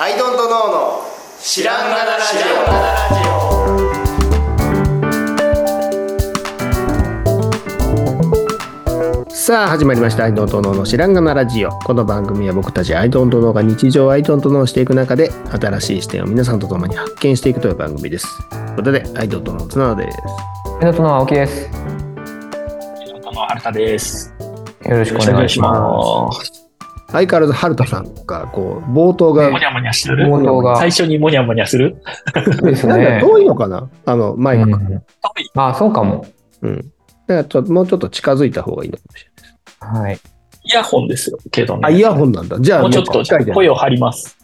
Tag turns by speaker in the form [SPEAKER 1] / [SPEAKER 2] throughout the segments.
[SPEAKER 1] アイドントノーの知らんがなラジ
[SPEAKER 2] さあ始まりました「アイドントノーの知らんがなラジオ」この番組は僕たちアイドントノーが日常をアイドントノーしていく中で新しい視点を皆さんと共に発見していくという番組ですということでアイドントノー綱田です
[SPEAKER 3] ヘドトの青木です。
[SPEAKER 4] 白玉春田です。。
[SPEAKER 3] よろしくお願いします
[SPEAKER 2] 相変わらず春田さんがこう冒頭が
[SPEAKER 4] もにゃもにゃす
[SPEAKER 3] す。
[SPEAKER 4] る
[SPEAKER 3] 冒頭が。
[SPEAKER 4] 最初にもにゃもにゃする
[SPEAKER 3] です
[SPEAKER 2] なんか
[SPEAKER 3] ね。
[SPEAKER 2] 遠いのかなあのマイクが
[SPEAKER 3] うんあ、そうかも。
[SPEAKER 2] うん、だからちょっともうちょっと近づいた方がいいのかもしれない
[SPEAKER 3] はい。
[SPEAKER 4] イヤホンですよ、けどね。
[SPEAKER 2] あイヤホンなんだじゃあ
[SPEAKER 4] もうちょっと
[SPEAKER 2] 近いじゃない
[SPEAKER 4] 声を張ります。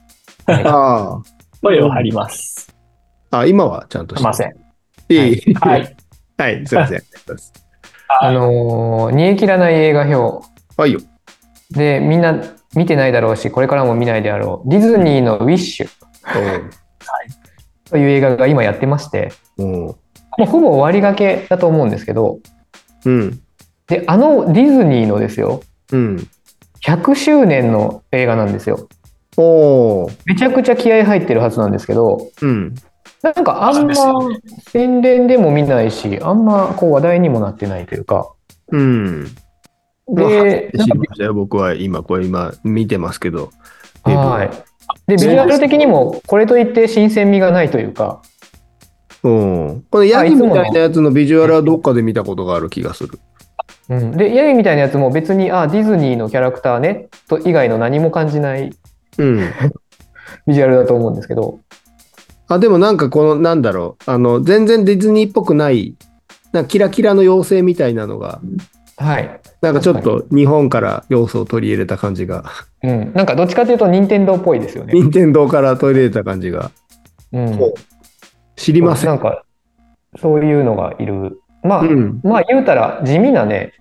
[SPEAKER 2] あ
[SPEAKER 4] 声を張ります。
[SPEAKER 2] ああ今はちゃんと
[SPEAKER 4] すいま
[SPEAKER 2] し
[SPEAKER 4] せん。
[SPEAKER 2] ていい
[SPEAKER 4] は。
[SPEAKER 2] はいいすいま せん
[SPEAKER 3] あのー、煮え切らない映画表
[SPEAKER 2] はいよ
[SPEAKER 3] で、みんな見てないだろうし、これからも見ないであろう。ディズニーのウィッシュという映画が今やってまして、
[SPEAKER 2] うんうん
[SPEAKER 3] もうほぼ終わりがけだと思うんですけど、
[SPEAKER 2] うん
[SPEAKER 3] で、あのディズニーのですよ、
[SPEAKER 2] うん
[SPEAKER 3] 100周年の映画なんですよ。
[SPEAKER 2] おー
[SPEAKER 3] めちゃくちゃ気合入ってるはずなんですけど、
[SPEAKER 2] うん
[SPEAKER 3] なんかあ
[SPEAKER 4] そ
[SPEAKER 3] ん
[SPEAKER 4] うですよ
[SPEAKER 3] ま宣伝でも見ないし、あんまこう話題にもなってないというか。
[SPEAKER 2] うん
[SPEAKER 3] で、
[SPEAKER 2] 知りましたよ、僕は今、これ今見てますけど。
[SPEAKER 3] はい。で、ビジュアル的にもこれといって新鮮味がないというか、
[SPEAKER 2] うん。このヤギみたいなやつのビジュアルはどっかで見たことがある気がする。
[SPEAKER 3] うん、で、ヤギみたいなやつも別に、あ、ディズニーのキャラクターね、と以外の何も感じない
[SPEAKER 2] うん。
[SPEAKER 3] ビジュアルだと思うんですけど、
[SPEAKER 2] あ、でもなんかこの、なんだろう、あの、全然ディズニーっぽくない、なんかキラキラの妖精みたいなのが、
[SPEAKER 3] はい。
[SPEAKER 2] なんかちょっと日本から要素を取り入れた感じが、
[SPEAKER 3] うん、なんかどっちかというと、任天堂っぽいですよね。
[SPEAKER 2] 任天堂から取り入れた感じが、
[SPEAKER 3] うん
[SPEAKER 2] こ知りません。
[SPEAKER 3] なんか、そういうのがいる。まあ、
[SPEAKER 2] うん。
[SPEAKER 3] まあ言うたら地味なね、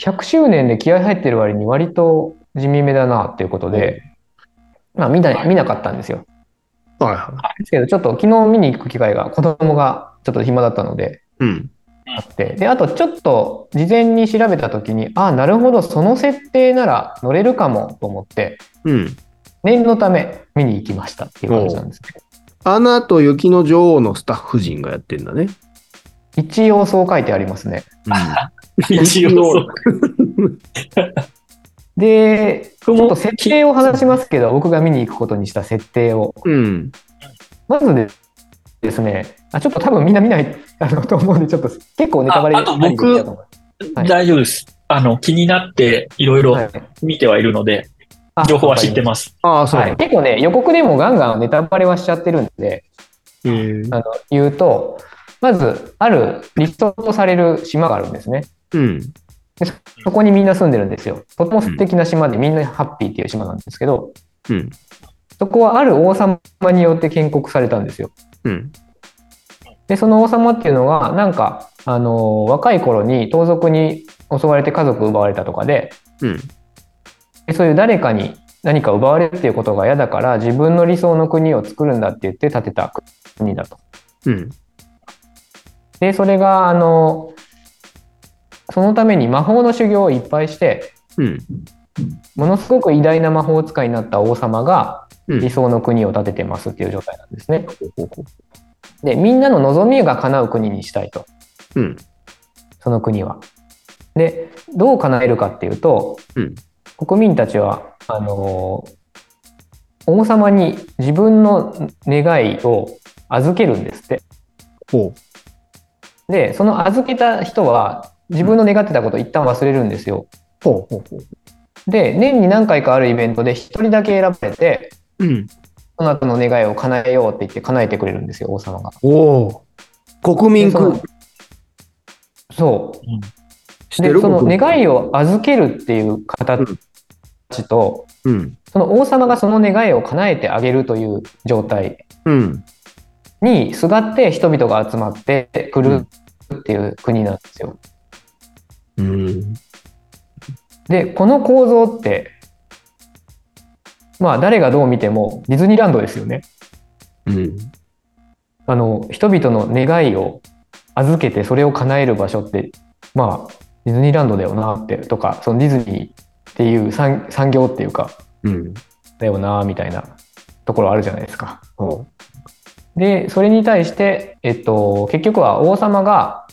[SPEAKER 3] 100周年で気合入ってる割に割と地味めだなっていうことで、まあ見な見なかったんですよ。
[SPEAKER 2] はいは
[SPEAKER 3] ですけど、ちょっと昨日見に行く機会が子供がちょっと暇だったので、
[SPEAKER 2] い。うん。
[SPEAKER 3] あって、で、あとちょっと事前に調べた時に、ああ、なるほど、その設定なら乗れるかもと思って、
[SPEAKER 2] うん。
[SPEAKER 3] 念のため見に行きましたっていう感じなんですね。
[SPEAKER 2] アナと雪の女王のスタッフ陣がやってんだね。
[SPEAKER 3] 一応そう書いてありますね。
[SPEAKER 4] 一応そう、
[SPEAKER 3] で、ち
[SPEAKER 4] 僕
[SPEAKER 3] ょっ
[SPEAKER 4] も
[SPEAKER 3] と設定を話しますけど、僕が見に行くことにした設定を
[SPEAKER 2] うん。
[SPEAKER 3] まずでですね、あちょっと多分みんな見ない あのと思うんで、ちょっと結構ネタバレ
[SPEAKER 4] ああと僕
[SPEAKER 3] ありで言っちゃうと思いますはい
[SPEAKER 4] 大丈夫です。あの、気になっていろいろ見てはいるので、
[SPEAKER 3] はい
[SPEAKER 4] 情報は知ってます。
[SPEAKER 2] ああ、そう
[SPEAKER 3] はい、結構ね、予告でもガンガンネタバレはしちゃってるんで、
[SPEAKER 2] へー
[SPEAKER 3] あの言うと、まず、あるリストとされる島があるんですね。
[SPEAKER 2] うん。
[SPEAKER 3] そこにみんな住んでるんですよ。とても素敵な島で、みんなハッピーっていう島なんですけど、
[SPEAKER 2] うん。
[SPEAKER 3] そこはある王様によって建国されたんですよ。
[SPEAKER 2] うん。
[SPEAKER 3] でその王様っていうのがなんか、あの若い頃に盗賊に襲われて家族奪われたとかで
[SPEAKER 2] うん。
[SPEAKER 3] でそういう誰かに何か奪われるっていうことが嫌だから自分の理想の国を作るんだって言って建てた国だと。
[SPEAKER 2] うん。
[SPEAKER 3] でそれがあのそのために魔法の修行をいっぱいして
[SPEAKER 2] うん。
[SPEAKER 3] ものすごく偉大な魔法使いになった王様が
[SPEAKER 2] うん
[SPEAKER 3] 理想の国を建ててますっていう状態なんですね。
[SPEAKER 2] ほうほ
[SPEAKER 3] でみんなの望みが叶う国にしたいと
[SPEAKER 2] ううん。
[SPEAKER 3] その国は。でどう叶えるかっていうと、
[SPEAKER 2] うん
[SPEAKER 3] 国民たちはあのー王様に自分の願いを預けるんですって。
[SPEAKER 2] ほ
[SPEAKER 3] でその預けた人は自分の願ってたことを一旦忘れるんですよ。
[SPEAKER 2] う。ほうほうほう。
[SPEAKER 3] で年に何回かあるイベントで一人だけ選ばれて
[SPEAKER 2] うん。
[SPEAKER 3] その後の願いを叶えようって言って叶えてくれるんですよ王様が。
[SPEAKER 2] おお。国民
[SPEAKER 3] でその
[SPEAKER 2] 君
[SPEAKER 3] そう
[SPEAKER 2] 知って
[SPEAKER 3] で
[SPEAKER 2] る
[SPEAKER 3] その
[SPEAKER 2] 国民
[SPEAKER 3] 願いを預けるっていう形と、
[SPEAKER 2] うん。
[SPEAKER 3] その王様がその願いを叶えてあげるという状態
[SPEAKER 2] うん。
[SPEAKER 3] にすがって人々が集まってくるっていう国なんですよ。
[SPEAKER 2] うん。
[SPEAKER 3] でこの構造ってまあ誰がどう見てもディズニーランドですよね。
[SPEAKER 2] うん。
[SPEAKER 3] あの人々の願いを預けてそれを叶える場所ってまあディズニーランドだよなってとかそのディズニーっていう産産業っていうか
[SPEAKER 2] うん。
[SPEAKER 3] だよなみたいなところあるじゃないですか。
[SPEAKER 2] ほ
[SPEAKER 3] で、それに対して、えっと、結局は王様が、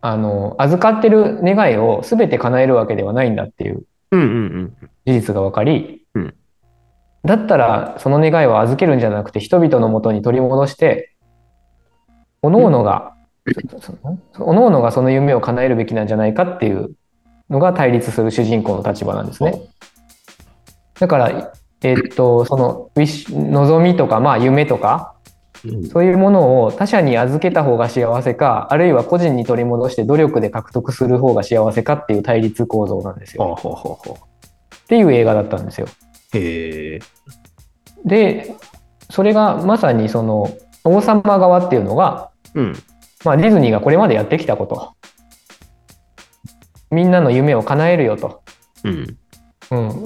[SPEAKER 3] あの、預かってる願いを全て叶えるわけではないんだっていう
[SPEAKER 2] う。うんうん
[SPEAKER 3] 事実が分かり、
[SPEAKER 2] うん
[SPEAKER 3] だったらその願いを預けるんじゃなくて人々のもとに取り戻して各々が、そそ各々がその夢を叶えるべきなんじゃないかっていうのが対立する主人公の立場なんですね。だからえっとそのウィッシュ望みとか、まあ、夢とか
[SPEAKER 2] うん。
[SPEAKER 3] そういうものを他者に預けた方が幸せかあるいは個人に取り戻して努力で獲得する方が幸せかっていう対立構造なんです
[SPEAKER 2] ほう
[SPEAKER 3] よ。
[SPEAKER 2] ほうほうほ
[SPEAKER 3] っていう映画だったんですよ。
[SPEAKER 2] う。へえ。
[SPEAKER 3] でそれがまさにその王様側っていうのが、
[SPEAKER 2] うん。
[SPEAKER 3] まあ、ディズニーがこれまでやってきたことみんなの夢を叶えるよと、
[SPEAKER 2] うん。
[SPEAKER 3] うん、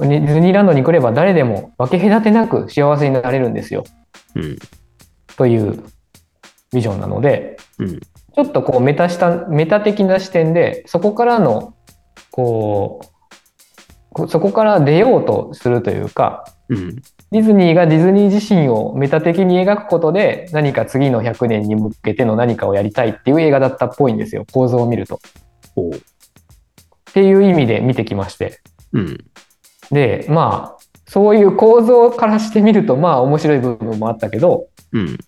[SPEAKER 3] ディズニーランドに来れば誰でも分け隔てなく幸せになれるんですよ
[SPEAKER 2] うん。
[SPEAKER 3] というビジョンなので
[SPEAKER 2] うん。
[SPEAKER 3] ちょっとこうメタしたメタ的な視点でそこからのこうこそこから出ようとするというか
[SPEAKER 2] うん。
[SPEAKER 3] ディズニーがディズニー自身をメタ的に描くことで何か次の100年に向けての何かをやりたいっていう映画だったっぽいんですよ構造を見ると。っ
[SPEAKER 2] ほう。
[SPEAKER 3] ていう意味で見てきまして
[SPEAKER 2] うん。
[SPEAKER 3] でまあそういう構造からしてみるとまあ面白い部分もあったけど
[SPEAKER 2] うん。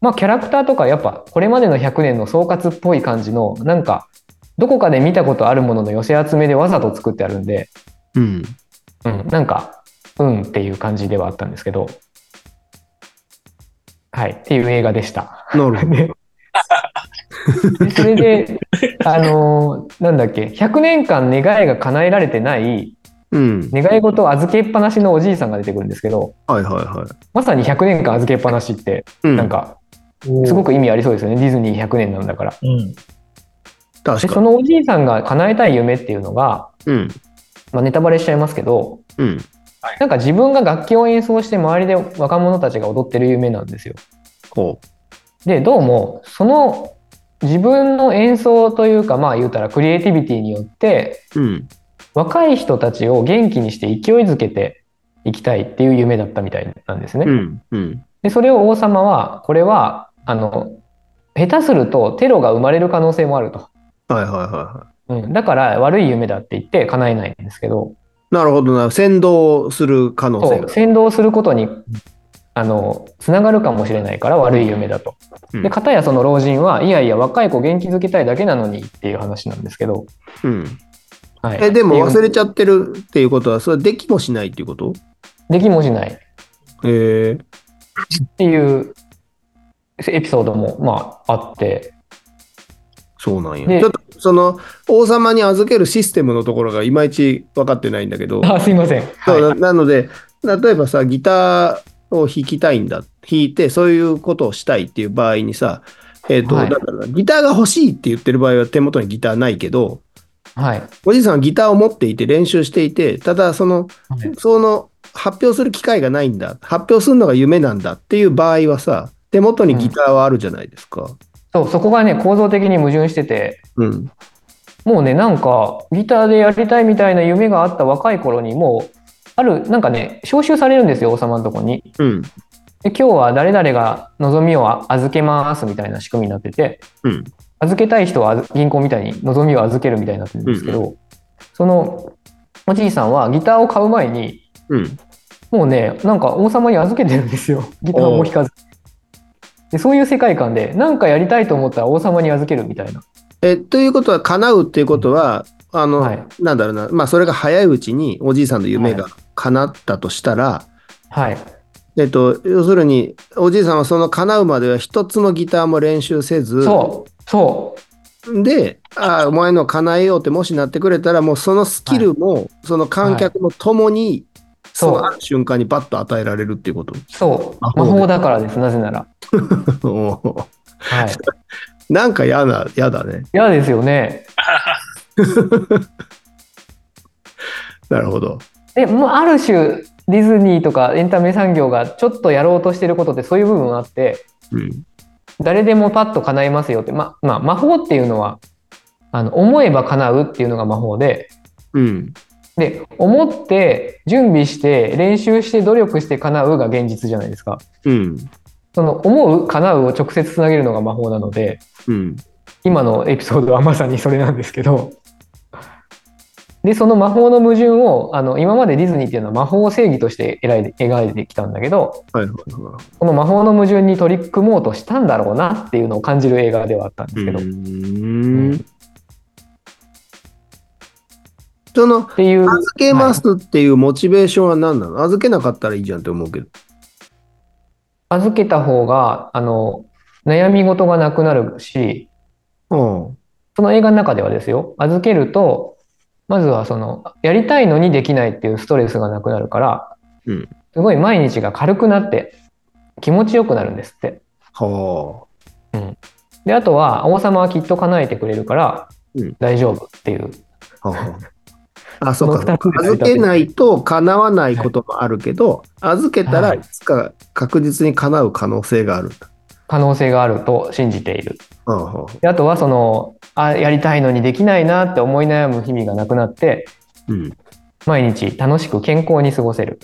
[SPEAKER 3] まあキャラクターとかやっぱこれまでの100年の総括っぽい感じのなんかどこかで見たことあるものの寄せ集めでわざと作ってあるんで、
[SPEAKER 2] うん。
[SPEAKER 3] うん、なんかうんっていう感じではあったんですけどはいっていう映画でした。
[SPEAKER 2] なるほど。
[SPEAKER 3] でそれ で、あのーなんだっけ、100年間願いが叶えられてない、
[SPEAKER 2] うん。
[SPEAKER 3] 願い事を預けっぱなしのおじいさんが出てくるんですけど、
[SPEAKER 2] はいはいは
[SPEAKER 3] まさに100年間預けっぱなしって、
[SPEAKER 2] い。うん。
[SPEAKER 3] なんか、
[SPEAKER 4] す
[SPEAKER 3] すごく意味ありそうですよね、ディズニー100年なんだから。
[SPEAKER 4] うん。
[SPEAKER 2] 確
[SPEAKER 3] で、
[SPEAKER 2] か
[SPEAKER 3] そ
[SPEAKER 2] に。
[SPEAKER 3] のおじいさんが叶えたい夢っていうのが、
[SPEAKER 2] うん。
[SPEAKER 3] まあ、ネタバレしちゃいますけど、
[SPEAKER 2] うん。
[SPEAKER 3] なんか自分が楽器を演奏して、周りで若者たちが踊ってる夢なんですよ。
[SPEAKER 2] ほ
[SPEAKER 3] で、どうも、その自分の演奏というか、まあ言うたらクリエイティビティによって、
[SPEAKER 2] う。うん。
[SPEAKER 3] 若い人たちを元気にして勢いづけていきたいっていう夢だったみたいなんですね。
[SPEAKER 2] うん。うん。
[SPEAKER 3] でそれを王様はこれはあの下手するとテロが生まれる可能性もあると、
[SPEAKER 2] はいはいはいは
[SPEAKER 3] うん、だから悪い夢だって言って叶えないんですけど
[SPEAKER 2] い。なるほどな。先導する可能
[SPEAKER 3] そ
[SPEAKER 2] 性
[SPEAKER 3] う
[SPEAKER 2] が。
[SPEAKER 3] 先導することにあのつながるかもしれないから悪い夢だと。
[SPEAKER 2] うん
[SPEAKER 3] で片やその老人はいやいや若い子元気づけたいだけなのにっていう話なんですけど、
[SPEAKER 2] うん。
[SPEAKER 3] はい、
[SPEAKER 2] え、でも忘れ
[SPEAKER 3] ち
[SPEAKER 2] ちゃってるっていうことは、それはできもしないっていうこと
[SPEAKER 3] できもしない
[SPEAKER 2] へえ。
[SPEAKER 3] っていうエピソードもまああって。
[SPEAKER 2] そうなんや。
[SPEAKER 3] で
[SPEAKER 2] ちょっと、その、王様に預けるシステムのところがいまいち分かってないんだけど、
[SPEAKER 3] あ、すいません。
[SPEAKER 2] そう
[SPEAKER 3] は
[SPEAKER 2] ななので、例えばさ、ギターを弾きたいんだ。弾いて、そういうことをしたいっていう場合にさ、えっ、と、
[SPEAKER 3] はい
[SPEAKER 2] だから、ギターが欲しいって言ってる場合は手元にギターないけど、
[SPEAKER 3] い。はい。
[SPEAKER 2] おじいさんはギターを持っていて練習していて、ただその、
[SPEAKER 3] はい
[SPEAKER 2] その発表する機会がないんだ、発表するのが夢なんだっていう場合はさ、手元にギターはあるじゃないですか。
[SPEAKER 3] そう、そこがね、構造的に矛盾してて、
[SPEAKER 2] うん。
[SPEAKER 3] もうね、なんか、ギターでやりたいみたいな夢があった若い頃に、もう、ある、なんかね、召集されるんですよ、王様のとこに。
[SPEAKER 2] うん。
[SPEAKER 3] で、今日は誰々が望みを預けますみたいな仕組みになってて、
[SPEAKER 2] うん。
[SPEAKER 3] 預けたい人は預銀行みたいに望みを預けるみたいになってるんですけど、その、おじいさんはギターを買う前に、
[SPEAKER 2] うん。
[SPEAKER 3] もうね、なんか王様に預けてるんですよ。ギターも弾かず。で、そういう世界観で、なんかやりたいと思ったら王様に預けるみたいな。
[SPEAKER 2] え、ということは、叶うっていうことは、あの、
[SPEAKER 3] はい
[SPEAKER 2] なんだろうな、まあ、それが早いうちにおじいさんの夢が叶ったとしたら、
[SPEAKER 3] はい。
[SPEAKER 2] えっと、要するに、おじいさんはその叶うまでは一つのギターも練習せず、
[SPEAKER 3] そう、そう。
[SPEAKER 2] で、ああ、お前の叶えようってもしなってくれたら、もうそのスキルも、その観客もともに、そ
[SPEAKER 3] そう
[SPEAKER 2] のある瞬間にバッと与えられるっていうこと。
[SPEAKER 3] そう
[SPEAKER 2] 魔
[SPEAKER 3] 魔
[SPEAKER 2] 法
[SPEAKER 3] 法
[SPEAKER 2] で
[SPEAKER 3] だからですなぜなら
[SPEAKER 2] お
[SPEAKER 3] はい
[SPEAKER 2] ーなんか嫌だ、嫌だね。
[SPEAKER 3] 嫌ですよね
[SPEAKER 2] なるほど。
[SPEAKER 3] でもうある種ディズニーとかエンタメ産業がちょっとやろうとしてることってそういう部分あって
[SPEAKER 2] うん。
[SPEAKER 3] 誰でもパッと叶えますよってままあ魔法っていうのはあの思えば叶うっていうのが魔法で
[SPEAKER 2] うん。
[SPEAKER 3] で、思って、準備して、練習して、努力して叶うが現実じゃないですか。
[SPEAKER 2] うん。
[SPEAKER 3] その、思う、叶うを直接つなげるのが魔法なので、
[SPEAKER 2] うん。
[SPEAKER 3] 今のエピソードはまさにそれなんですけど。で、その魔法の矛盾を、あの、今までディズニーっていうのは魔法を正義として描いて描いてきたんだけど、
[SPEAKER 2] はいはいは
[SPEAKER 3] この魔法の矛盾に取り組もうとしたんだろうなっていうのを感じる映画ではあったんで
[SPEAKER 2] い。
[SPEAKER 3] すけど。
[SPEAKER 2] う
[SPEAKER 3] っ
[SPEAKER 2] ーん。その、
[SPEAKER 3] ていう、
[SPEAKER 2] 預けますっていうモチベーションは何なの、預けなかったらいいじゃんって思うけど。
[SPEAKER 3] 預けた方が、あの、悩み事がなくなるし、
[SPEAKER 2] うん。
[SPEAKER 3] その映画の中ではですよ、預けると、まずはその、やりたいのにできないっていうストレスがなくなるから、
[SPEAKER 2] うん
[SPEAKER 3] すごい毎日が軽くなって、気持ちよくなるんですって。
[SPEAKER 2] は
[SPEAKER 3] で、あとは、王様はきっと叶えてくれるから
[SPEAKER 2] うん、
[SPEAKER 3] 大丈夫っていう。
[SPEAKER 2] あ。はあ。あ、そうか。
[SPEAKER 3] この二つで成り立ってる
[SPEAKER 2] 預けないと叶わないこともあるけど、預けたら
[SPEAKER 3] はい
[SPEAKER 2] いつか確実に叶う可能性があるんだ。
[SPEAKER 3] 可能性があると信じている。
[SPEAKER 2] はあはあ
[SPEAKER 3] であとは、その、あ、やりたいのにできないなって思い悩む日々がなくなって、
[SPEAKER 2] うん。
[SPEAKER 3] 毎日楽しく健康に過ごせる。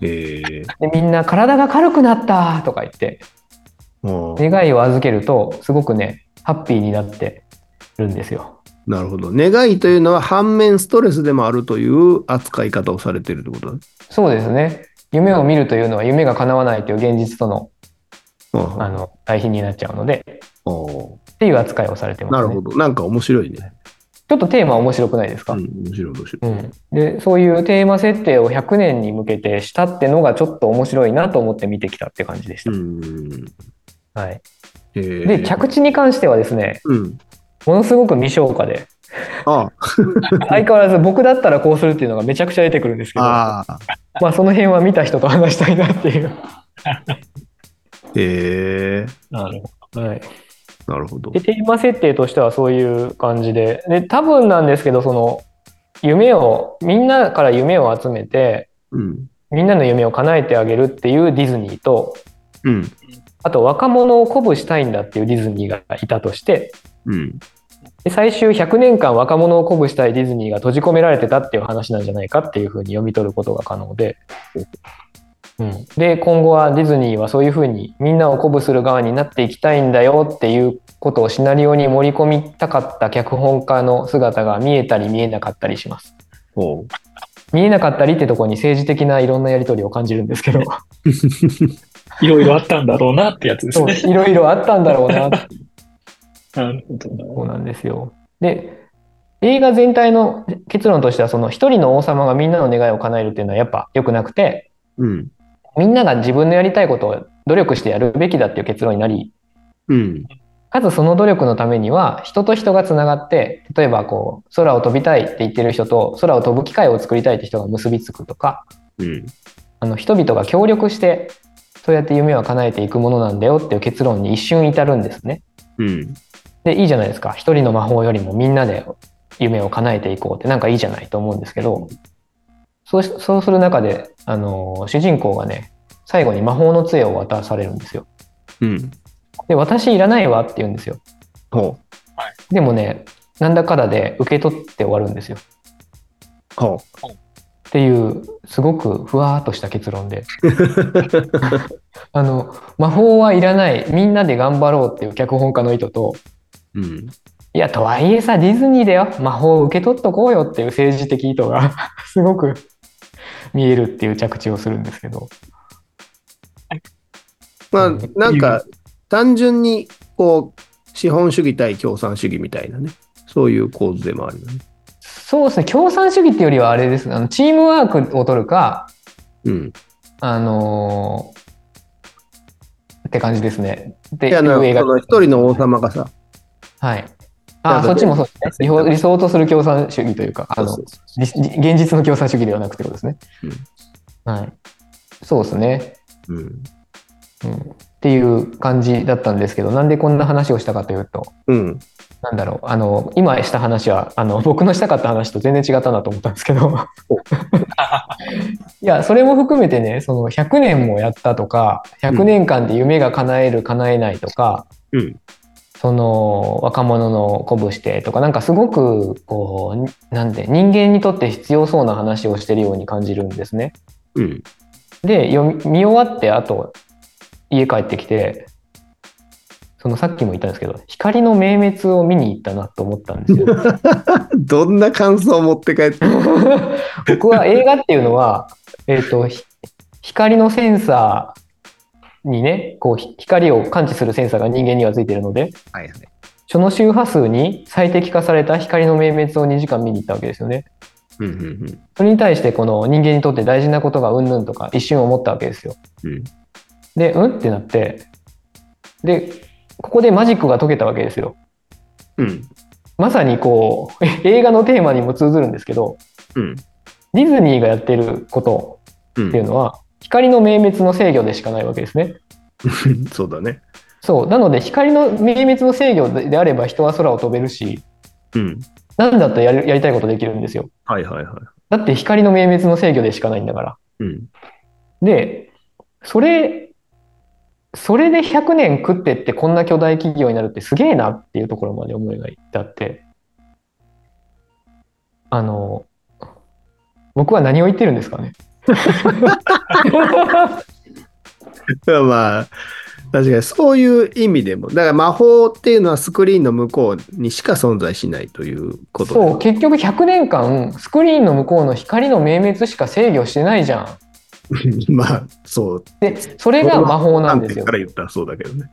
[SPEAKER 2] ええ
[SPEAKER 3] で、みんな体が軽くなったとか言って、
[SPEAKER 2] うん
[SPEAKER 3] 願いを預けるとすごくねハッピーになってるんですよ。
[SPEAKER 2] なるほど。願いというのは反面ストレスでもあるという扱い方をされているってことだね。
[SPEAKER 3] そうですね夢を見るというのは夢が叶わないという現実との
[SPEAKER 2] はあはあ
[SPEAKER 3] あの対比になっちゃうので
[SPEAKER 2] お
[SPEAKER 3] っていう扱いをされてます、
[SPEAKER 2] な
[SPEAKER 3] ね、
[SPEAKER 2] るほど。なんか面白いね。
[SPEAKER 3] ちょっとテーマ面白くないです
[SPEAKER 2] う
[SPEAKER 3] か、
[SPEAKER 2] ん、面白い面白い。
[SPEAKER 3] うんでそういうテーマ設定を100年に向けてしたってのがちょっと面白いなと思って見てきたって感じでし
[SPEAKER 2] う
[SPEAKER 3] た。
[SPEAKER 2] ん。
[SPEAKER 3] はい、
[SPEAKER 2] えー
[SPEAKER 3] で着地に関してはですね
[SPEAKER 2] うん。
[SPEAKER 3] ものすごく未消 化で
[SPEAKER 2] あ
[SPEAKER 3] 相変わらず僕だったらこうするっていうのがめちゃくちゃ出てくるんですけど
[SPEAKER 2] ああ。
[SPEAKER 3] まあ、その辺は見た人と話したいなって いう。
[SPEAKER 2] へえ
[SPEAKER 4] なるほ
[SPEAKER 3] はい、
[SPEAKER 2] なるほど
[SPEAKER 3] で。テーマ設定としてはそういう感じでで多分なんですけどその夢をみんなから夢を集めて
[SPEAKER 2] うん。
[SPEAKER 3] みんなの夢を叶えてあげるっていうディズニーと
[SPEAKER 2] うん。
[SPEAKER 3] あと若者を鼓舞したいんだっていうディズニーがいたとして
[SPEAKER 2] うん。
[SPEAKER 3] で最終100年間若者を鼓舞したいディズニーが閉じ込められてたっていう話なんじゃないかっていうふうに読み取ることが可能で、うん、で今後はディズニーはそういうふうにみんなを鼓舞する側になっていきたいんだよっていうことをシナリオに盛り込みたかった脚本家の姿が見えたり見えなかったりします。
[SPEAKER 2] ほ
[SPEAKER 3] 見えなかったりってとこに政治的ないろんなやり取りを感じるんですけど
[SPEAKER 4] ど。いろいろあったんだろうなってやつです
[SPEAKER 3] そう
[SPEAKER 4] ね。
[SPEAKER 3] いろいろあったんだろうな
[SPEAKER 4] なるほど
[SPEAKER 3] そうなんですよ。で、映画全体の結論としては、その一人の王様がみんなの願いを叶えるっていうのはやっぱ良くなくて、
[SPEAKER 2] う。うん。
[SPEAKER 3] みんなが自分のやりたいことを努力してやるべきだっていう結論になり、
[SPEAKER 2] うん。
[SPEAKER 3] かつその努力のためには人と人がつながって、例えばこう、空を飛びたいって言ってる人と空を飛ぶ機会を作りたいって人が結びつくとか、
[SPEAKER 2] うん。
[SPEAKER 3] あの人々が協力して、そうやって夢は叶えていくものなんだよっていう結論に一瞬至るんですね。
[SPEAKER 2] うん。
[SPEAKER 3] でいいじゃないですか一人の魔法よりもみんなで夢を叶えていこうってなんかいいじゃないと思うんですけどそうしそうする中で、あのー主人公がね最後に魔法の杖を渡されるんですよ
[SPEAKER 2] うん。
[SPEAKER 3] で私いらないわって言うんですよ
[SPEAKER 2] ほ
[SPEAKER 3] でもねなんだかだで受け取って終わるんですよ
[SPEAKER 2] う。ほ
[SPEAKER 3] っていうすごくふわーっとした結論であの魔法はいらないみんなで頑張ろうっていう脚本家の意図と
[SPEAKER 2] う。うん。
[SPEAKER 3] いや、とはいえさ、ディズニーだよ。魔法を受け取っとこうよっていう政治的意図が、 すごく見えるっていう着地をするんですけど。
[SPEAKER 2] まあ、なんか、単純に、こう、資本主義対共産主義みたいなね。そういう構図でもあるよね。
[SPEAKER 3] そうですね、共産主義っていうよりはあれです。あのチームワークを取るか、
[SPEAKER 2] うん。
[SPEAKER 3] あのーって感じですね。で
[SPEAKER 2] いや、なん
[SPEAKER 3] いう映
[SPEAKER 2] か、
[SPEAKER 3] 画
[SPEAKER 2] その一人の王様がさ、
[SPEAKER 3] はい。
[SPEAKER 2] なん
[SPEAKER 3] あ、
[SPEAKER 2] か
[SPEAKER 3] そっちもそうですね。理想理想とする共産主義というか、あの
[SPEAKER 2] そうそう
[SPEAKER 3] り現実の共産主義ではなくてことですね。はい。そうですね。
[SPEAKER 2] そううん。
[SPEAKER 3] うんっていう感じだったんですけどなんでこんな話をしたかというと
[SPEAKER 2] うん。
[SPEAKER 3] なんだろうあの今した話はあの僕のしたかった話と全然違ったなと思ったんですけど いやそれも含めてねその100年もやったとか100年間で夢が叶える叶えないとか、
[SPEAKER 2] うん
[SPEAKER 3] その若者の鼓舞してとかなんかすごくこうなんで人間にとって必要そうな話をしてるように感じるんですね。
[SPEAKER 2] うん。
[SPEAKER 3] で読み見終わってあと家帰ってきてそのさっきも言ったんですけど光の明滅を見に行ったなと思ったんですよ。
[SPEAKER 2] どんな感想を持って帰って、
[SPEAKER 3] 僕は映画っていうのは、えー、とひ光のセンサーにねこうひ光を感知するセンサーが人間にはついてるので
[SPEAKER 2] はいはい、
[SPEAKER 3] その周波数に最適化された光の明滅を2時間見に行ったわけですよね。
[SPEAKER 2] うんうん
[SPEAKER 3] それに対してこの人間にとって大事なことがうんぬんとか一瞬思ったわけですよ。
[SPEAKER 2] うん
[SPEAKER 3] でうんってなってでここでマジックが解けたわけですよ。
[SPEAKER 2] うん。うん。
[SPEAKER 3] まさにこう 映画のテーマにも通ずるんですけど
[SPEAKER 2] うん。
[SPEAKER 3] ディズニーがやってること
[SPEAKER 2] うん
[SPEAKER 3] っていうのは光の明滅の制御でしかないわけですね。
[SPEAKER 2] そうだね。
[SPEAKER 3] そうなので光の明滅の制御でであれば人は空を飛べるし
[SPEAKER 2] うん。
[SPEAKER 3] 何だったらやるやりたいことできるんですよ。
[SPEAKER 2] はいはいはい。
[SPEAKER 3] だって光の明滅の制御でしかないんだから。
[SPEAKER 2] うん。
[SPEAKER 3] でそれそれで100年食ってってこんな巨大企業になるってすげえなっていうところまで思いがいってあってあの僕は何を言ってるんですかね
[SPEAKER 2] だからまあ、確かにそういう意味でも、だから魔法っていうのはスクリーンの向こうにしか存在しないということだよね
[SPEAKER 3] そう結局100年間スクリーンの向こうの光の明滅しか制御してないじゃん
[SPEAKER 2] まあ、そう。
[SPEAKER 3] でそれが魔法なんです
[SPEAKER 2] 観点
[SPEAKER 3] よ
[SPEAKER 2] から言ったらそうだけどね。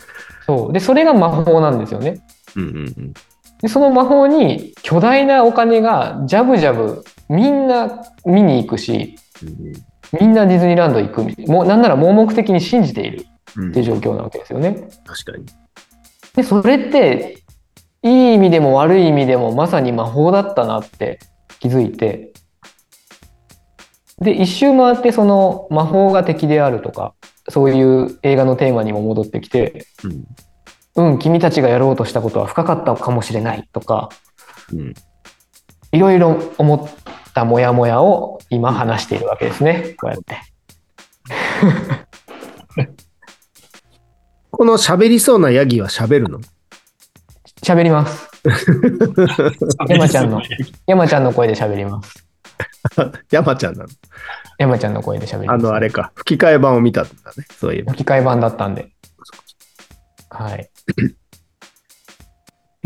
[SPEAKER 3] そうでそれが魔法なんですよね
[SPEAKER 2] うんうん
[SPEAKER 3] でその魔法に巨大なお金がジャブジャブみんな見に行くし
[SPEAKER 2] う
[SPEAKER 3] みんなディズニーランド行くみもうなんなら盲目的に信じている
[SPEAKER 2] ん。うん
[SPEAKER 3] っていう状況なわけですよね
[SPEAKER 2] 確かに。
[SPEAKER 3] でそれっていい意味でも悪い意味でもまさに魔法だったなって気づいてで一周回ってその魔法が敵であるとかそういう映画のテーマにも戻ってきて
[SPEAKER 2] うん
[SPEAKER 3] うん君たちがやろうとしたことは深かったかもしれないとか
[SPEAKER 2] うん
[SPEAKER 3] いろいろ思ったモヤモヤを今話しているわけですねこうやって。
[SPEAKER 2] この喋りそうなヤギは喋るの
[SPEAKER 3] 喋ります山ちゃんの山ちゃんの声で喋ります
[SPEAKER 2] 山ちゃんなの。
[SPEAKER 3] 山ちゃんの声で喋ります
[SPEAKER 2] あの、あれか。吹き替え版を見たんだね。そういえば。
[SPEAKER 3] 吹き替え版だったんで。はい。
[SPEAKER 2] えー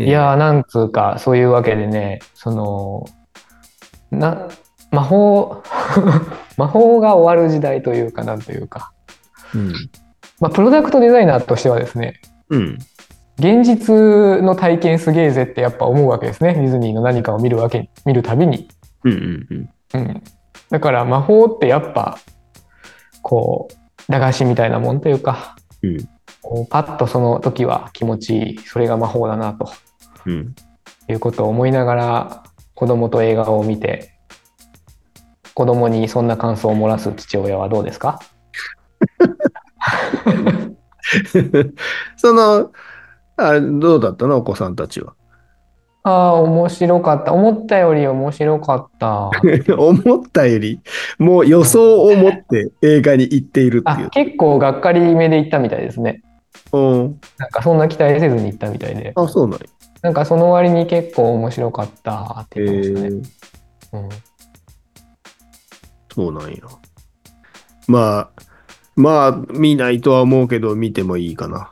[SPEAKER 3] いやー、なんつうか、そういうわけでね、その、な、魔法、 魔法が終わる時代というか、なんというか、
[SPEAKER 2] うん。
[SPEAKER 3] まあ、プロダクトデザイナーとしてはですね、
[SPEAKER 2] うん。
[SPEAKER 3] 現実の体験すげえぜってやっぱ思うわけですね、ディズニーの何かを見るわけ、見るたびに。
[SPEAKER 2] うんうんうん。
[SPEAKER 3] うん。だから、魔法ってやっぱ、こう、駄菓子みたいなもんというか、
[SPEAKER 2] うん
[SPEAKER 3] こうパッとその時は気持ちいいそれが魔法だなと
[SPEAKER 2] うん。
[SPEAKER 3] いうことを思いながら子供と映画を見て子供にそんな感想を漏らす父親はどうですか
[SPEAKER 2] その、あれ、どうだったのお子さんたちは。
[SPEAKER 3] ああ面白かった思ったより面白か った
[SPEAKER 2] 思ったより、もう予想を持って映画に行っているってい
[SPEAKER 3] あ
[SPEAKER 2] う。
[SPEAKER 3] 結構がっかりめで行ったみたいですね
[SPEAKER 2] うん。
[SPEAKER 3] なんかそんな期待せずに行ったみたいで
[SPEAKER 2] あ、そうなんや。
[SPEAKER 3] なんかその割に結構面白かったって言ってましたね、
[SPEAKER 2] ー
[SPEAKER 3] うん
[SPEAKER 2] そうなんや。まあ、まあ、見ないとは思うけど、見てもいいかな。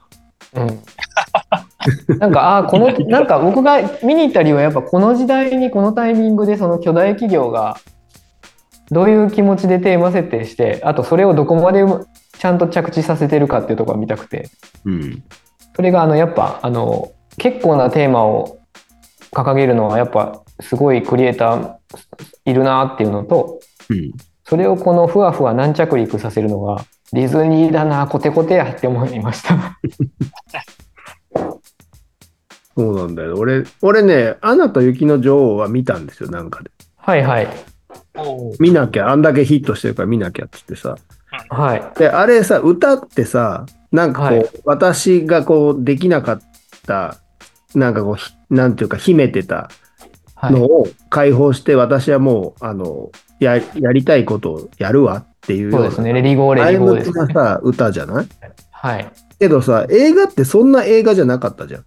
[SPEAKER 3] うんなんかあーこのなんか僕が見に行った理由はやっぱこの時代にこのタイミングでその巨大企業がどういう気持ちでテーマ設定してあとそれをどこまでちゃんと着地させてるかっていうところが見たくて
[SPEAKER 2] うん。
[SPEAKER 3] それがあのやっぱあの結構なテーマを掲げるのはやっぱすごいクリエイターいるなっていうのと
[SPEAKER 2] うん。
[SPEAKER 3] それをこのふわふわ軟着陸させるのがディズニーだなコテコテやって思いました。
[SPEAKER 2] そうなんだよ。俺、俺ね、アナと雪の女王は見たんですよ、なんかで。
[SPEAKER 3] はいはい
[SPEAKER 4] おう
[SPEAKER 2] 見なきゃ、あんだけヒットしてるから見なきゃって言ってさ。
[SPEAKER 3] はい。
[SPEAKER 2] で、あれさ、歌ってさ、なんかこう、
[SPEAKER 3] はい
[SPEAKER 2] 私がこう、できなかった、なんかこうひ、なんていうか、秘めてた
[SPEAKER 3] はい
[SPEAKER 2] のを解放して、私はもう、あの、や、やりたいことをやるわっていうよ
[SPEAKER 3] そうう
[SPEAKER 2] な。
[SPEAKER 3] ですね、レディーゴー、レ
[SPEAKER 2] 前
[SPEAKER 3] ディーゴ
[SPEAKER 2] 向
[SPEAKER 3] ーで
[SPEAKER 2] き
[SPEAKER 3] す、
[SPEAKER 2] な
[SPEAKER 3] ね。
[SPEAKER 2] さ、歌じゃない
[SPEAKER 3] はい。
[SPEAKER 2] けどさ、映画ってそんな映画じゃなかったじゃん。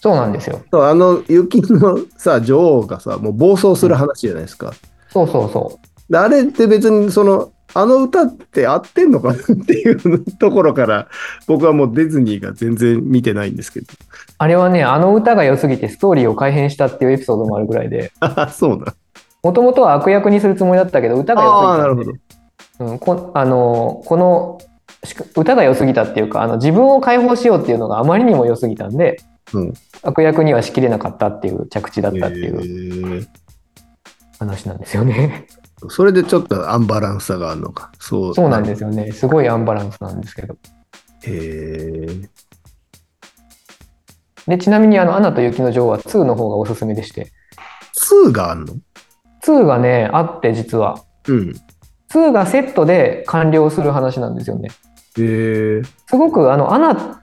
[SPEAKER 3] そうなんですよ。
[SPEAKER 2] そうあの雪のさ女王がさもう暴走する話じゃないですか、
[SPEAKER 3] そうそうそ
[SPEAKER 2] であれって別にそのあの歌って合ってんのかなっていうところから僕はもうディズニーが全然見てないんですけど
[SPEAKER 3] う。あれはね、あの歌が良すぎてストーリーを改変したっていうエピソードもあるぐらいで、
[SPEAKER 2] あそうな
[SPEAKER 3] もともとは悪役にするつもりだったけど、歌が良すぎ
[SPEAKER 2] あ
[SPEAKER 3] た
[SPEAKER 2] あ
[SPEAKER 3] んで
[SPEAKER 2] なるほど
[SPEAKER 3] うん、こあのこのしく歌が良すぎたっていうかあの自分を解放しようっていうのがあまりにも良すぎたんで、
[SPEAKER 2] うん
[SPEAKER 3] 悪役にはしきれなかったっていう着地だったっていう
[SPEAKER 2] へえ
[SPEAKER 3] 話なんですよ ね。
[SPEAKER 2] それでちょっとアンバランスさがあるのかそう
[SPEAKER 3] そうなん
[SPEAKER 2] す
[SPEAKER 3] ですよねすごいアンバランスなんですけど。
[SPEAKER 2] へえ
[SPEAKER 3] でちなみにあの「アナと雪の女王」は2の方がおすすめでして
[SPEAKER 2] 2があるの
[SPEAKER 3] 2がねあって実は
[SPEAKER 2] うん
[SPEAKER 3] 2がセットで完了する話なんですよね。
[SPEAKER 2] へえ
[SPEAKER 3] すごくあのアナ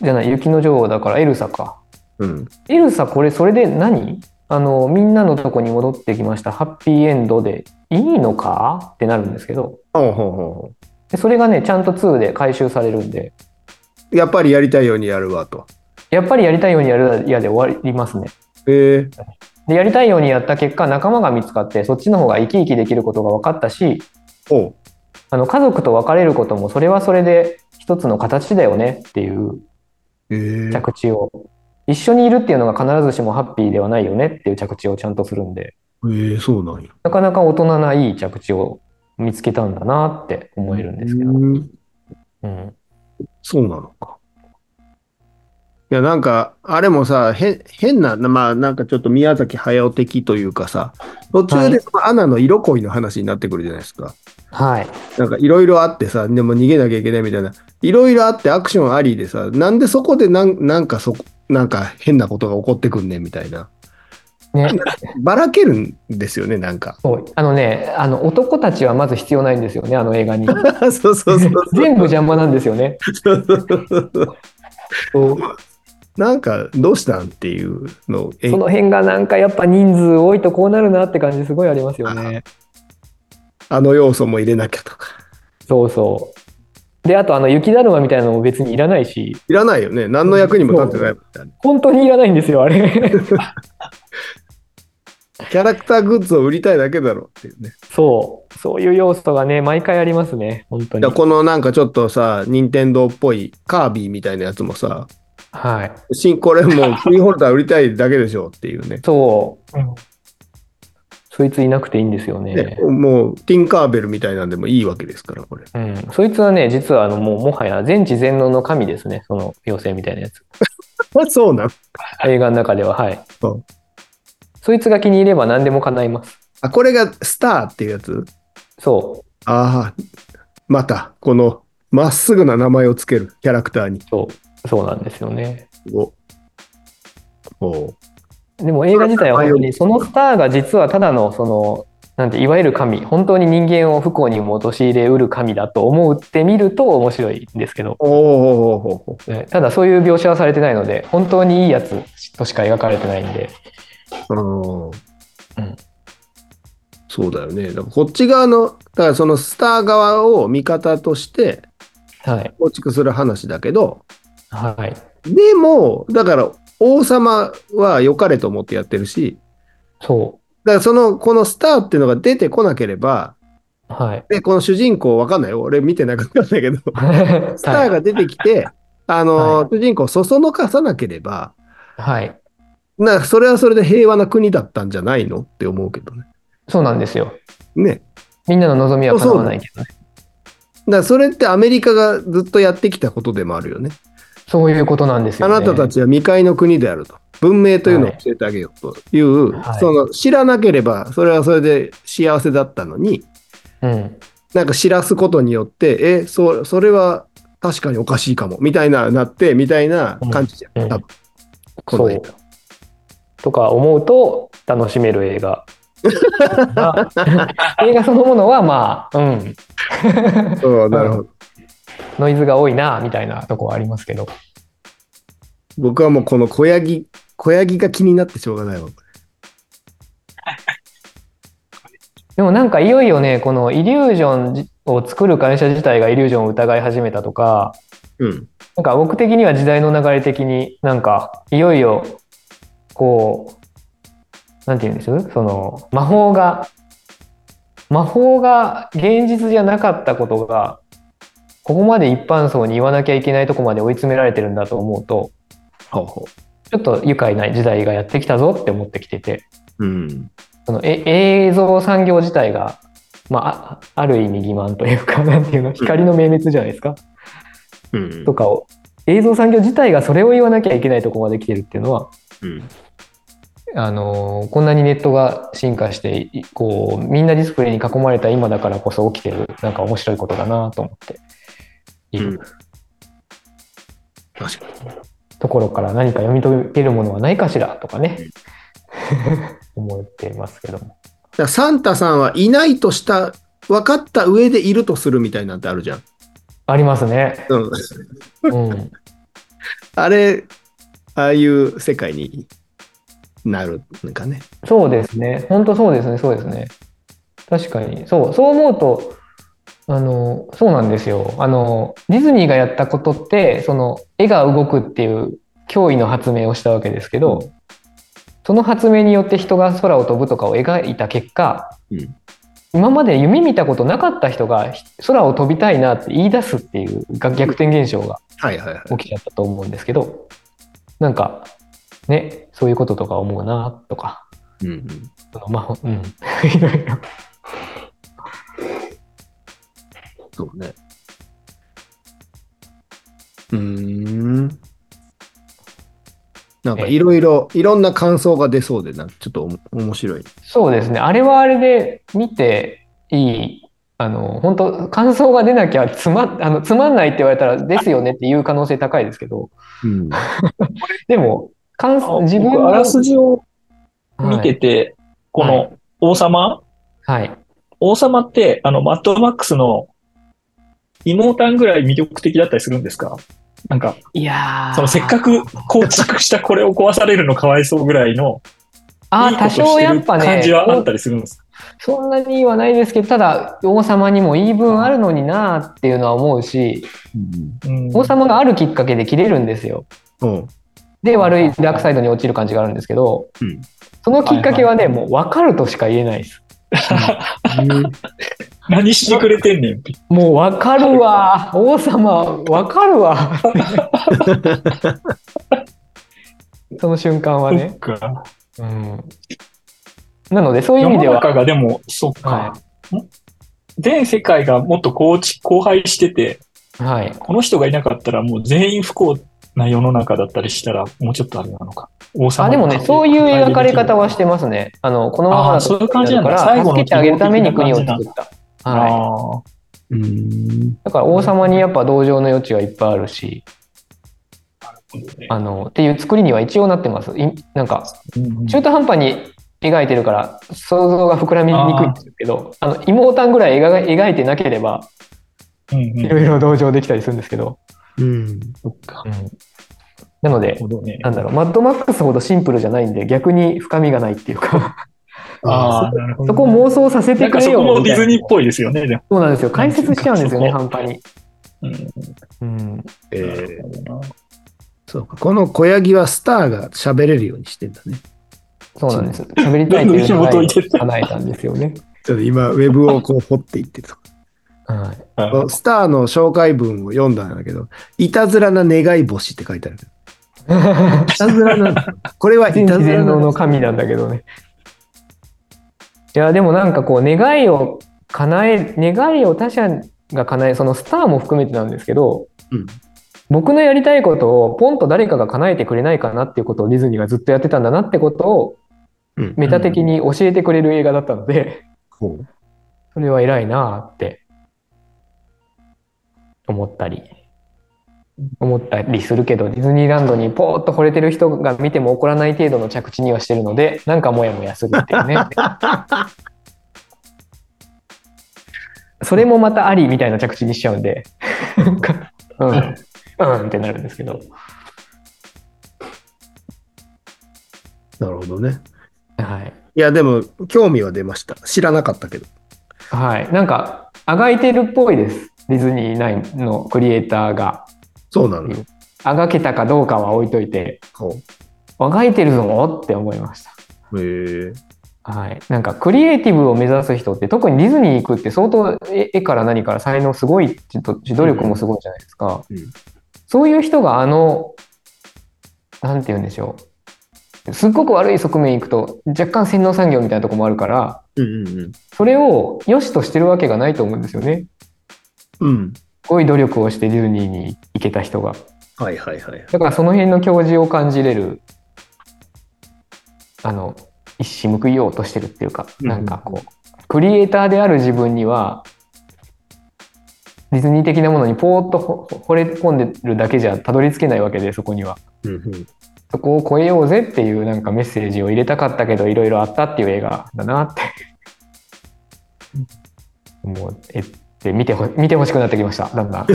[SPEAKER 3] じゃない雪の女王だからエルサか。
[SPEAKER 2] うん
[SPEAKER 3] エルサこれそれで何あのみんなのとこに戻ってきましたハッピーエンドでいいのかってなるんですけど
[SPEAKER 2] ほうほうほうほ
[SPEAKER 3] でそれがねちゃんと2で回収されるんで
[SPEAKER 2] うやっぱりやりたいようにやるわと
[SPEAKER 3] やっぱりやりたいようにやるやで終わりますね
[SPEAKER 2] へえ
[SPEAKER 3] でやりたいようにやった結果仲間が見つかってそっちの方が生き生きできることが分かったし
[SPEAKER 2] おう
[SPEAKER 3] あの家族と別れることもそれはそれで一つの形だよねっていう
[SPEAKER 2] へえ
[SPEAKER 3] 着地を一緒にいるっていうのが必ずしもハッピーではないよねっていう着地をちゃんとするんで
[SPEAKER 2] へえそうなんや
[SPEAKER 3] なかなか大人ないい着地を見つけたんだなって思えるんですけど。
[SPEAKER 2] うん
[SPEAKER 3] うん。
[SPEAKER 2] そうなのか。いや、なんか、あれもさ、へ変な、まあ、なんかちょっと宮崎駿的というかさ、途中でそのアナの色恋の話になってくるじゃないですか。
[SPEAKER 3] はい。
[SPEAKER 2] なんかいろいろあってさ、でも逃げなきゃいけないみたいな、いろいろあってアクションありでさ、なんでそこでなんなんかそこ、なんか変なことが起こってくんねんみたいな。
[SPEAKER 3] ね、
[SPEAKER 2] ばらけるんですよね、なんか。
[SPEAKER 3] そうあのね、あの男たちはまず必要ないんですよね、あの映画 に。
[SPEAKER 2] そうそうそうそう。
[SPEAKER 3] 全部邪魔なんですよね。
[SPEAKER 2] なんか、どうしたんっていうのを演
[SPEAKER 3] その辺がなんかやっぱ人数多いとこうなるなって感じすごいありますよね。
[SPEAKER 2] あの要素も入れなきゃとか。
[SPEAKER 3] そうそう。で、あとあの雪だるまみたいなのも別にいらないし、
[SPEAKER 2] いらないよね。何の役にも立ってないもんね
[SPEAKER 3] 本当にいらないんですよ、あれ。
[SPEAKER 2] キャラクターグッズを売りたいだけだろうっていうね。
[SPEAKER 3] そう。そういう要素がね、毎回ありますね、本当
[SPEAKER 2] いや
[SPEAKER 3] に。
[SPEAKER 2] このなんかちょっとさ、任天堂っぽいカービィみたいなやつもさ、
[SPEAKER 3] はい。
[SPEAKER 2] 新これもうキーホルダー売りたいだけでしょっていう ね。
[SPEAKER 3] そう。
[SPEAKER 4] うん
[SPEAKER 3] そいついなくていいんですよね。
[SPEAKER 2] ねもうティンカーベルみたいなんでもいいわけですから、これ。
[SPEAKER 3] うん、そいつはね、実はあのもうもはや全知全能の神ですね、その妖精みたいなやつ。
[SPEAKER 2] そうなの
[SPEAKER 3] 映画の中では、はい。
[SPEAKER 2] うん
[SPEAKER 3] そいつが気に入れば何でも叶います。
[SPEAKER 2] あ、これがスターっていうやつ
[SPEAKER 3] そ
[SPEAKER 2] ああ、また、このまっすぐな名前をつけるキャラクターに
[SPEAKER 3] う、。そう、そうなんですよね。
[SPEAKER 2] おおう
[SPEAKER 3] でも映画自体は本当に、そのスターが実はただの、その、なんて、いわゆる神、本当に人間を不幸にも陥れうる神だと思ってみると面白いんですけど、
[SPEAKER 2] おおおお
[SPEAKER 3] ねただそういう描写はされてないので、本当にいいやつとしか描かれてないんで、
[SPEAKER 2] うん
[SPEAKER 3] うん
[SPEAKER 2] そうだよね。だからこっち側の、だからそのスター側を味方として
[SPEAKER 3] はい。
[SPEAKER 2] 構築する話だけど、
[SPEAKER 3] はい。
[SPEAKER 2] でも、だから王様は良かれと思ってやってるし、
[SPEAKER 3] そ
[SPEAKER 2] だからその、このスターっていうのが出てこなければ、
[SPEAKER 3] う。はい。
[SPEAKER 2] で、この主人公わかんないよ。俺見てなかったんだけど、スターが出てきて、あの、
[SPEAKER 3] は
[SPEAKER 2] 主人公をそそのかさなければ、
[SPEAKER 3] はい。
[SPEAKER 2] なそれはそれで平和な国だったんじゃないのって思うけどね。
[SPEAKER 3] そうなんですよ。
[SPEAKER 2] ね。
[SPEAKER 3] みんなの望みは叶わないけどね。
[SPEAKER 2] だからそれってアメリカがずっとやってきたことでもあるよね。
[SPEAKER 3] そういうことなんですよ、
[SPEAKER 2] あ
[SPEAKER 3] ね。
[SPEAKER 2] なたたちは未開の国であると。文明というのを教えてあげようという、
[SPEAKER 3] はい
[SPEAKER 2] その知らなければそれはそれで幸せだったのに、
[SPEAKER 3] うん。
[SPEAKER 2] なんか知らすことによって、え、そそれは確かにおかしいかも、みたいな、なって、みたいな感じじゃ。
[SPEAKER 3] うんん
[SPEAKER 2] 多分こ
[SPEAKER 3] そ
[SPEAKER 2] の
[SPEAKER 3] う
[SPEAKER 2] 映。
[SPEAKER 3] とか思うと楽しめる映画。 映画そのものはまあ、うん、
[SPEAKER 2] 画。うんなるほど。
[SPEAKER 3] ノイズが多いなみたいなとこはありますけど。
[SPEAKER 2] 僕はもうこの小ヤギ、小ヤギが気になってしょうがないわ。
[SPEAKER 3] でもなんかいよいよね、このイリュージョンを作る会社自体がイリュージョンを疑い始めたとか、
[SPEAKER 2] うん。
[SPEAKER 3] なんか僕的には時代の流れ的になんかいよいよこうなんて言うんですその魔法が魔法が現実じゃなかったことがここまで一般層に言わなきゃいけないとこまで追い詰められてるんだと思うと
[SPEAKER 2] ほうほ
[SPEAKER 3] ちょっと愉快な時代がやってきたぞって思ってきてて
[SPEAKER 2] う。うん。
[SPEAKER 3] そのえ映像産業自体が、まあ、あある意味欺瞞というかなんていうの光の明滅じゃないですか。
[SPEAKER 2] うん。
[SPEAKER 3] とかを映像産業自体がそれを言わなきゃいけないとこまで来てるっていうのは
[SPEAKER 2] うん。
[SPEAKER 3] あのーこんなにネットが進化していこうみんなディスプレイに囲まれた今だからこそ起きてるなんか面白いことだなと思っている
[SPEAKER 2] 確かに。
[SPEAKER 3] ところから何か読み解けるものはないかしらとかね 思ってますけども
[SPEAKER 2] だからサンタさんはいないとした、分かった上でいるとするみたいなんてあるじゃん。
[SPEAKER 3] あります ね、
[SPEAKER 2] うん。
[SPEAKER 3] うん、
[SPEAKER 2] あれ、ああいう世界になるなんかね。
[SPEAKER 3] そうですね本当そうですねそうですね確かにそうそう思うとあのそうなんですよあのディズニーがやったことってその絵が動くっていう脅威の発明をしたわけですけど、その発明によって人が空を飛ぶとかを描いた結果、
[SPEAKER 2] うん
[SPEAKER 3] 今まで夢見たことなかった人がひ空を飛びたいなって言い出すっていうが逆転現象が
[SPEAKER 2] はいはいはい。
[SPEAKER 3] 起きちゃったと思うんですけどなんかねそういうこととか思うなとか
[SPEAKER 2] うんうん、
[SPEAKER 3] そのまあ、ほうん。いろいろ。
[SPEAKER 2] そうね。うーん。なんかいろいろ、いろんな感想が出そうで、なんかちょっとおも面白い。
[SPEAKER 3] そうですね。あれはあれで見ていい。あの、本当感想が出なきゃつま、あの、つまんないって言われたら、ですよねっていう可能性高いですけど、
[SPEAKER 2] うん。
[SPEAKER 3] でも、感想、自分
[SPEAKER 4] 僕
[SPEAKER 3] が
[SPEAKER 4] あらすじを見てて、こ
[SPEAKER 3] は
[SPEAKER 4] の王様、
[SPEAKER 3] はい。はい。
[SPEAKER 4] 王様って、あの、マッドマックスの妹ぐらい魅力的だったりするんですかなんか、
[SPEAKER 3] いやー
[SPEAKER 4] そのせっかく構築したこれを壊されるのかわいそうぐらいの、
[SPEAKER 3] あ
[SPEAKER 4] いい
[SPEAKER 3] ー
[SPEAKER 4] こと
[SPEAKER 3] 多
[SPEAKER 4] し
[SPEAKER 3] 少
[SPEAKER 4] て
[SPEAKER 3] や
[SPEAKER 4] る
[SPEAKER 3] っぱね、
[SPEAKER 4] 感じはあったりするんですか
[SPEAKER 3] そんなにはないですけど、ただ、王様にも言い分あるのになーっていうのは思うし、
[SPEAKER 4] うん
[SPEAKER 3] 王様があるきっかけで切れるんですよ。
[SPEAKER 2] うん。
[SPEAKER 3] で、悪いダークサイドに落ちる感じがあるんですけど、
[SPEAKER 2] うん
[SPEAKER 3] そのきっかけはね、もう分かるとしか言えないです。
[SPEAKER 4] 何してくれてんねんって。
[SPEAKER 3] もう分か るわ、王様、分かるわ。その瞬間は
[SPEAKER 4] そ
[SPEAKER 3] ね
[SPEAKER 4] っ。か
[SPEAKER 3] うん、なので、そういう
[SPEAKER 4] 世
[SPEAKER 3] 意味で
[SPEAKER 4] の
[SPEAKER 3] は、
[SPEAKER 4] 中がでも、そっ
[SPEAKER 3] は
[SPEAKER 4] か。ん全世界がもっと構築、荒廃してて、
[SPEAKER 3] はい、
[SPEAKER 4] この人がいなかったらもう全員不幸な世の中だったりしたら、もうちょっとあれなのか。王様。
[SPEAKER 3] あでもね、そういう描かれ方はしててますね。あのこのままだ
[SPEAKER 4] あーそういう
[SPEAKER 3] と
[SPEAKER 4] 感じなんだ
[SPEAKER 3] から、
[SPEAKER 4] 最後の
[SPEAKER 3] 助けてあげるために国を
[SPEAKER 4] 希望
[SPEAKER 3] 作
[SPEAKER 4] 的
[SPEAKER 3] った。
[SPEAKER 4] あ
[SPEAKER 3] はい、
[SPEAKER 4] あ。
[SPEAKER 2] うん。
[SPEAKER 3] だから王様にやっぱ同情の余地はいっぱいあるし、あのっていう作りには一応なってます。いなんか中途半端に描いてるから想像が膨らみにくいんですけどあの妹たんぐらい描い描いてなければ
[SPEAKER 4] うんうん
[SPEAKER 3] いろいろ同情できたりするんですけど、
[SPEAKER 2] うん。
[SPEAKER 4] そっか
[SPEAKER 3] なので
[SPEAKER 4] なるほどね
[SPEAKER 3] なんだろうマッドマックスほどシンプルじゃないんで逆に深みがないっていうか
[SPEAKER 4] ああ、なるほど、
[SPEAKER 3] そこ妄想させ
[SPEAKER 4] な
[SPEAKER 3] て
[SPEAKER 4] ん
[SPEAKER 3] く
[SPEAKER 4] か
[SPEAKER 3] れ
[SPEAKER 4] そ
[SPEAKER 3] よ
[SPEAKER 4] こも
[SPEAKER 3] み
[SPEAKER 4] ディ
[SPEAKER 3] たいな
[SPEAKER 4] ズニーっぽいですよね、でも。
[SPEAKER 3] そうなんですよ解説しちゃうんですよね
[SPEAKER 4] そ
[SPEAKER 3] 半端に、
[SPEAKER 4] うん
[SPEAKER 3] うん、
[SPEAKER 2] えー、そうか。この小ヤギはスターが喋れるようにしてんだね。
[SPEAKER 3] そうなんです喋りたいと いう願いを叶えたんですよね、
[SPEAKER 2] ちょっと今、ウェブをこう掘っていってと。
[SPEAKER 3] はい、
[SPEAKER 4] あ
[SPEAKER 2] スターの紹介文を読んだんだけど、いたずらな願い星って書いてあ る。いたずらなんだ。これはい
[SPEAKER 3] 全
[SPEAKER 2] た
[SPEAKER 3] 知
[SPEAKER 2] ずら
[SPEAKER 3] 全能
[SPEAKER 2] な
[SPEAKER 3] の神なんだけどね。いやでもなんかこう願いを叶え願いを他者が叶えそのスターも含めてなんですけど
[SPEAKER 2] うん。
[SPEAKER 3] 僕のやりたいことをポンと誰かが叶えてくれないかなっていうことをディズニーがずっとやってたんだなってことを
[SPEAKER 2] うん
[SPEAKER 3] メタ的に教えてくれる映画だったので、
[SPEAKER 2] こう。
[SPEAKER 3] それは偉いなーって思ったり思ったりするけどディズニーランドにポーっと惚れてる人が見ても怒らない程度の着地にはしてるのでなんかモヤモヤするっていうねそれもまたありみたいな着地にしちゃうんでなんかうんうんってなるんですけど
[SPEAKER 2] なるほどね。
[SPEAKER 3] はい
[SPEAKER 2] いや、でも、興味は出ました。知らなかったけど。
[SPEAKER 3] はいなんかあがいてるっぽいです。ディズニーナインのクリエイターが。
[SPEAKER 2] そうなんだ。
[SPEAKER 3] あがけたかどうかは置いといて、
[SPEAKER 2] ほ
[SPEAKER 3] あがいてるぞって思いました。
[SPEAKER 2] うへえ。
[SPEAKER 3] はい、なんかクリエイティブを目指す人って特にディズニー行くって相当絵絵から何から才能すごいってと努力もすごいじゃないですか、
[SPEAKER 2] うんうん
[SPEAKER 3] そういう人があのなんて言うんでしょうすっごく悪い側面行くと若干洗脳産業みたいなとこもあるから
[SPEAKER 2] うんうんうん。
[SPEAKER 3] それを良しとしてるわけがないと思うんですよね
[SPEAKER 2] うん。
[SPEAKER 3] すごい努力をしてディズニーに行けた人が
[SPEAKER 2] はいはいはい。
[SPEAKER 3] だからその辺の教授を感じれるあの一矢報いようとしてるっていうか、
[SPEAKER 2] うん
[SPEAKER 3] なんかこうクリエイターである自分にはディズニー的なものにポーッとほほ惚れ込んでるだけじゃたどり着けないわけでそこには
[SPEAKER 2] うんうん。
[SPEAKER 3] そこを超えようぜっていうなんかメッセージを入れたかったけどいろいろあったっていう映画だなって思って見てほ見てほしくなってきましただんだん。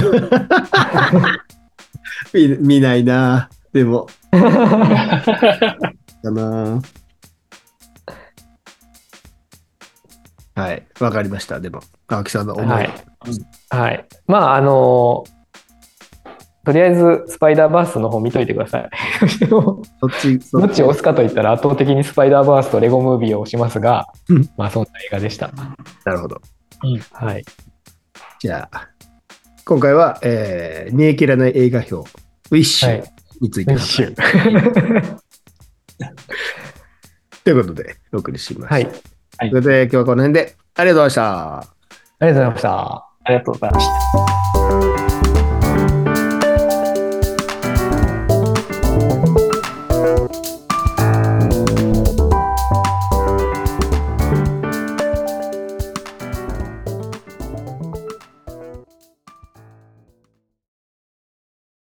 [SPEAKER 2] 見見ないなで も。だなはい。わかりました。でも、青木さんの思い。
[SPEAKER 3] はい。はい。まあ、あのとりあえず、スパイダーバースの方見といてくださ い。ど
[SPEAKER 2] そっち、そ
[SPEAKER 3] っちを押すかといったら、圧倒的にスパイダーバースとレゴムービーを押しますが
[SPEAKER 2] うん、
[SPEAKER 3] まあ、そんな映画でした。
[SPEAKER 2] なるほど。
[SPEAKER 3] はい。
[SPEAKER 2] じゃあ、今回は、えー、煮え切らない映画表、ウィッシ
[SPEAKER 3] は
[SPEAKER 2] ュ
[SPEAKER 3] い。
[SPEAKER 2] について、
[SPEAKER 3] 練習。
[SPEAKER 2] ということで、お送りしました。
[SPEAKER 3] はい。
[SPEAKER 2] ということで、今日はこの辺で、ありがとうございました。
[SPEAKER 3] ありがとうございました。
[SPEAKER 4] ありがとうございました。